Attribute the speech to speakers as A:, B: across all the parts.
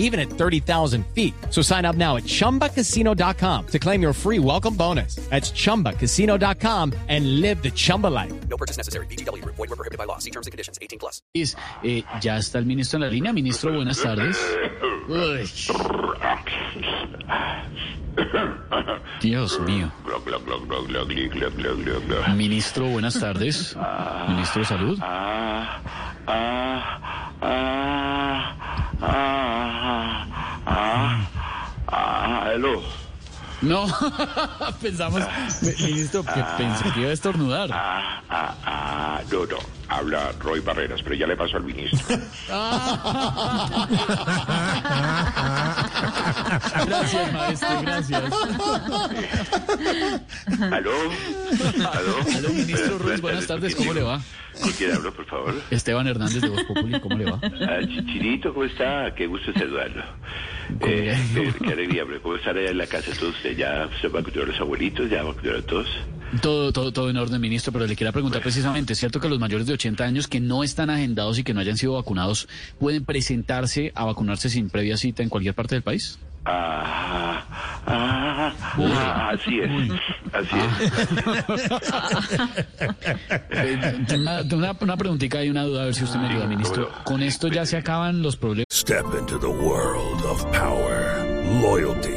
A: even at 30,000 feet. So sign up now at ChumbaCasino.com to claim your free welcome bonus. That's ChumbaCasino.com and live the Chumba life.
B: No purchase necessary. BGW. Void were prohibited by law. See terms and conditions. 18 plus.
C: Es, eh, ya está el ministro en la línea. Ministro, buenas tardes. Uy, Dios mío. Ministro, buenas tardes. Ministro de Salud.
D: Aló.
C: No, pensamos, mi- ministro, que pensé que iba a estornudar.
D: Ah, ah, ah, no, no. Habla Roy Barreras, pero ya le pasó al ministro.
C: Gracias, maestro, gracias.
D: ¿Aló? ¿Aló?
C: Aló, ministro Ruiz, buenas tardes, ¿cómo le va?
D: ¿Con quién hablo, por favor?
C: Esteban Hernández de Voz Populi, ¿cómo le va?
D: Ah, Chichinito, ¿cómo está? Qué gusto saludarlo. Eh, qué, qué alegría, pero ¿cómo están allá en la casa todos? ustedes? ¿Ya se vacunó a los abuelitos? ¿Ya vacunó a todos?
C: Todo, todo, todo en orden, ministro, pero le quería preguntar precisamente, ¿es cierto que los mayores de 80 años que no están agendados y que no hayan sido vacunados pueden presentarse a vacunarse sin previa cita en cualquier parte del país?
D: Ah, ah, ah, así es, así es.
C: Eh, Una, una, una preguntita y una duda, a ver si usted
D: Ah,
C: me ayuda, ministro. ¿Con esto ya se acaban los problemas?
E: Step into the world of power, loyalty,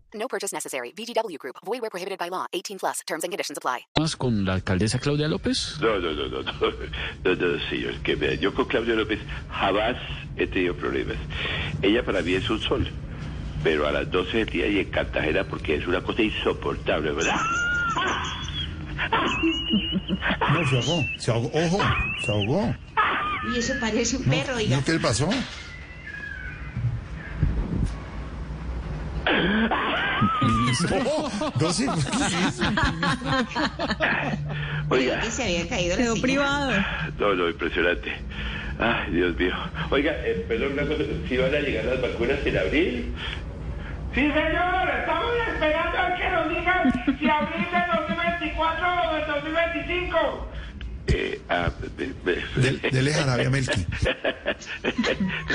F: No purchase necessary. VGW Group. Void where prohibited by law. 18 plus. Terms and conditions apply.
C: con la alcaldesa Claudia López?
D: No, no, no, no, no, no, no, señor, que vea, yo con Claudia López jamás he tenido problemas. Ella para mí es un sol, pero a las 12 del día y en Cartagena porque es una cosa insoportable, ¿verdad?
G: No, se ahogó, se ahogó, ojo, se ahogó.
H: Y eso parece un perro, oiga.
G: ¿No qué le pasó? No, no sé,
D: Oiga,
H: Que se había caído la
I: Quedó
H: señora.
I: privado.
D: no, no, impresionante. Ay, Dios mío. Oiga, eh, perdón, una cosa, si van a llegar las vacunas en abril?
J: Sí, señor, estamos esperando a que nos digan si abril del 2024 o del 2025.
D: Eh, ah, me- me-
G: de, dele jarabe a Melqui.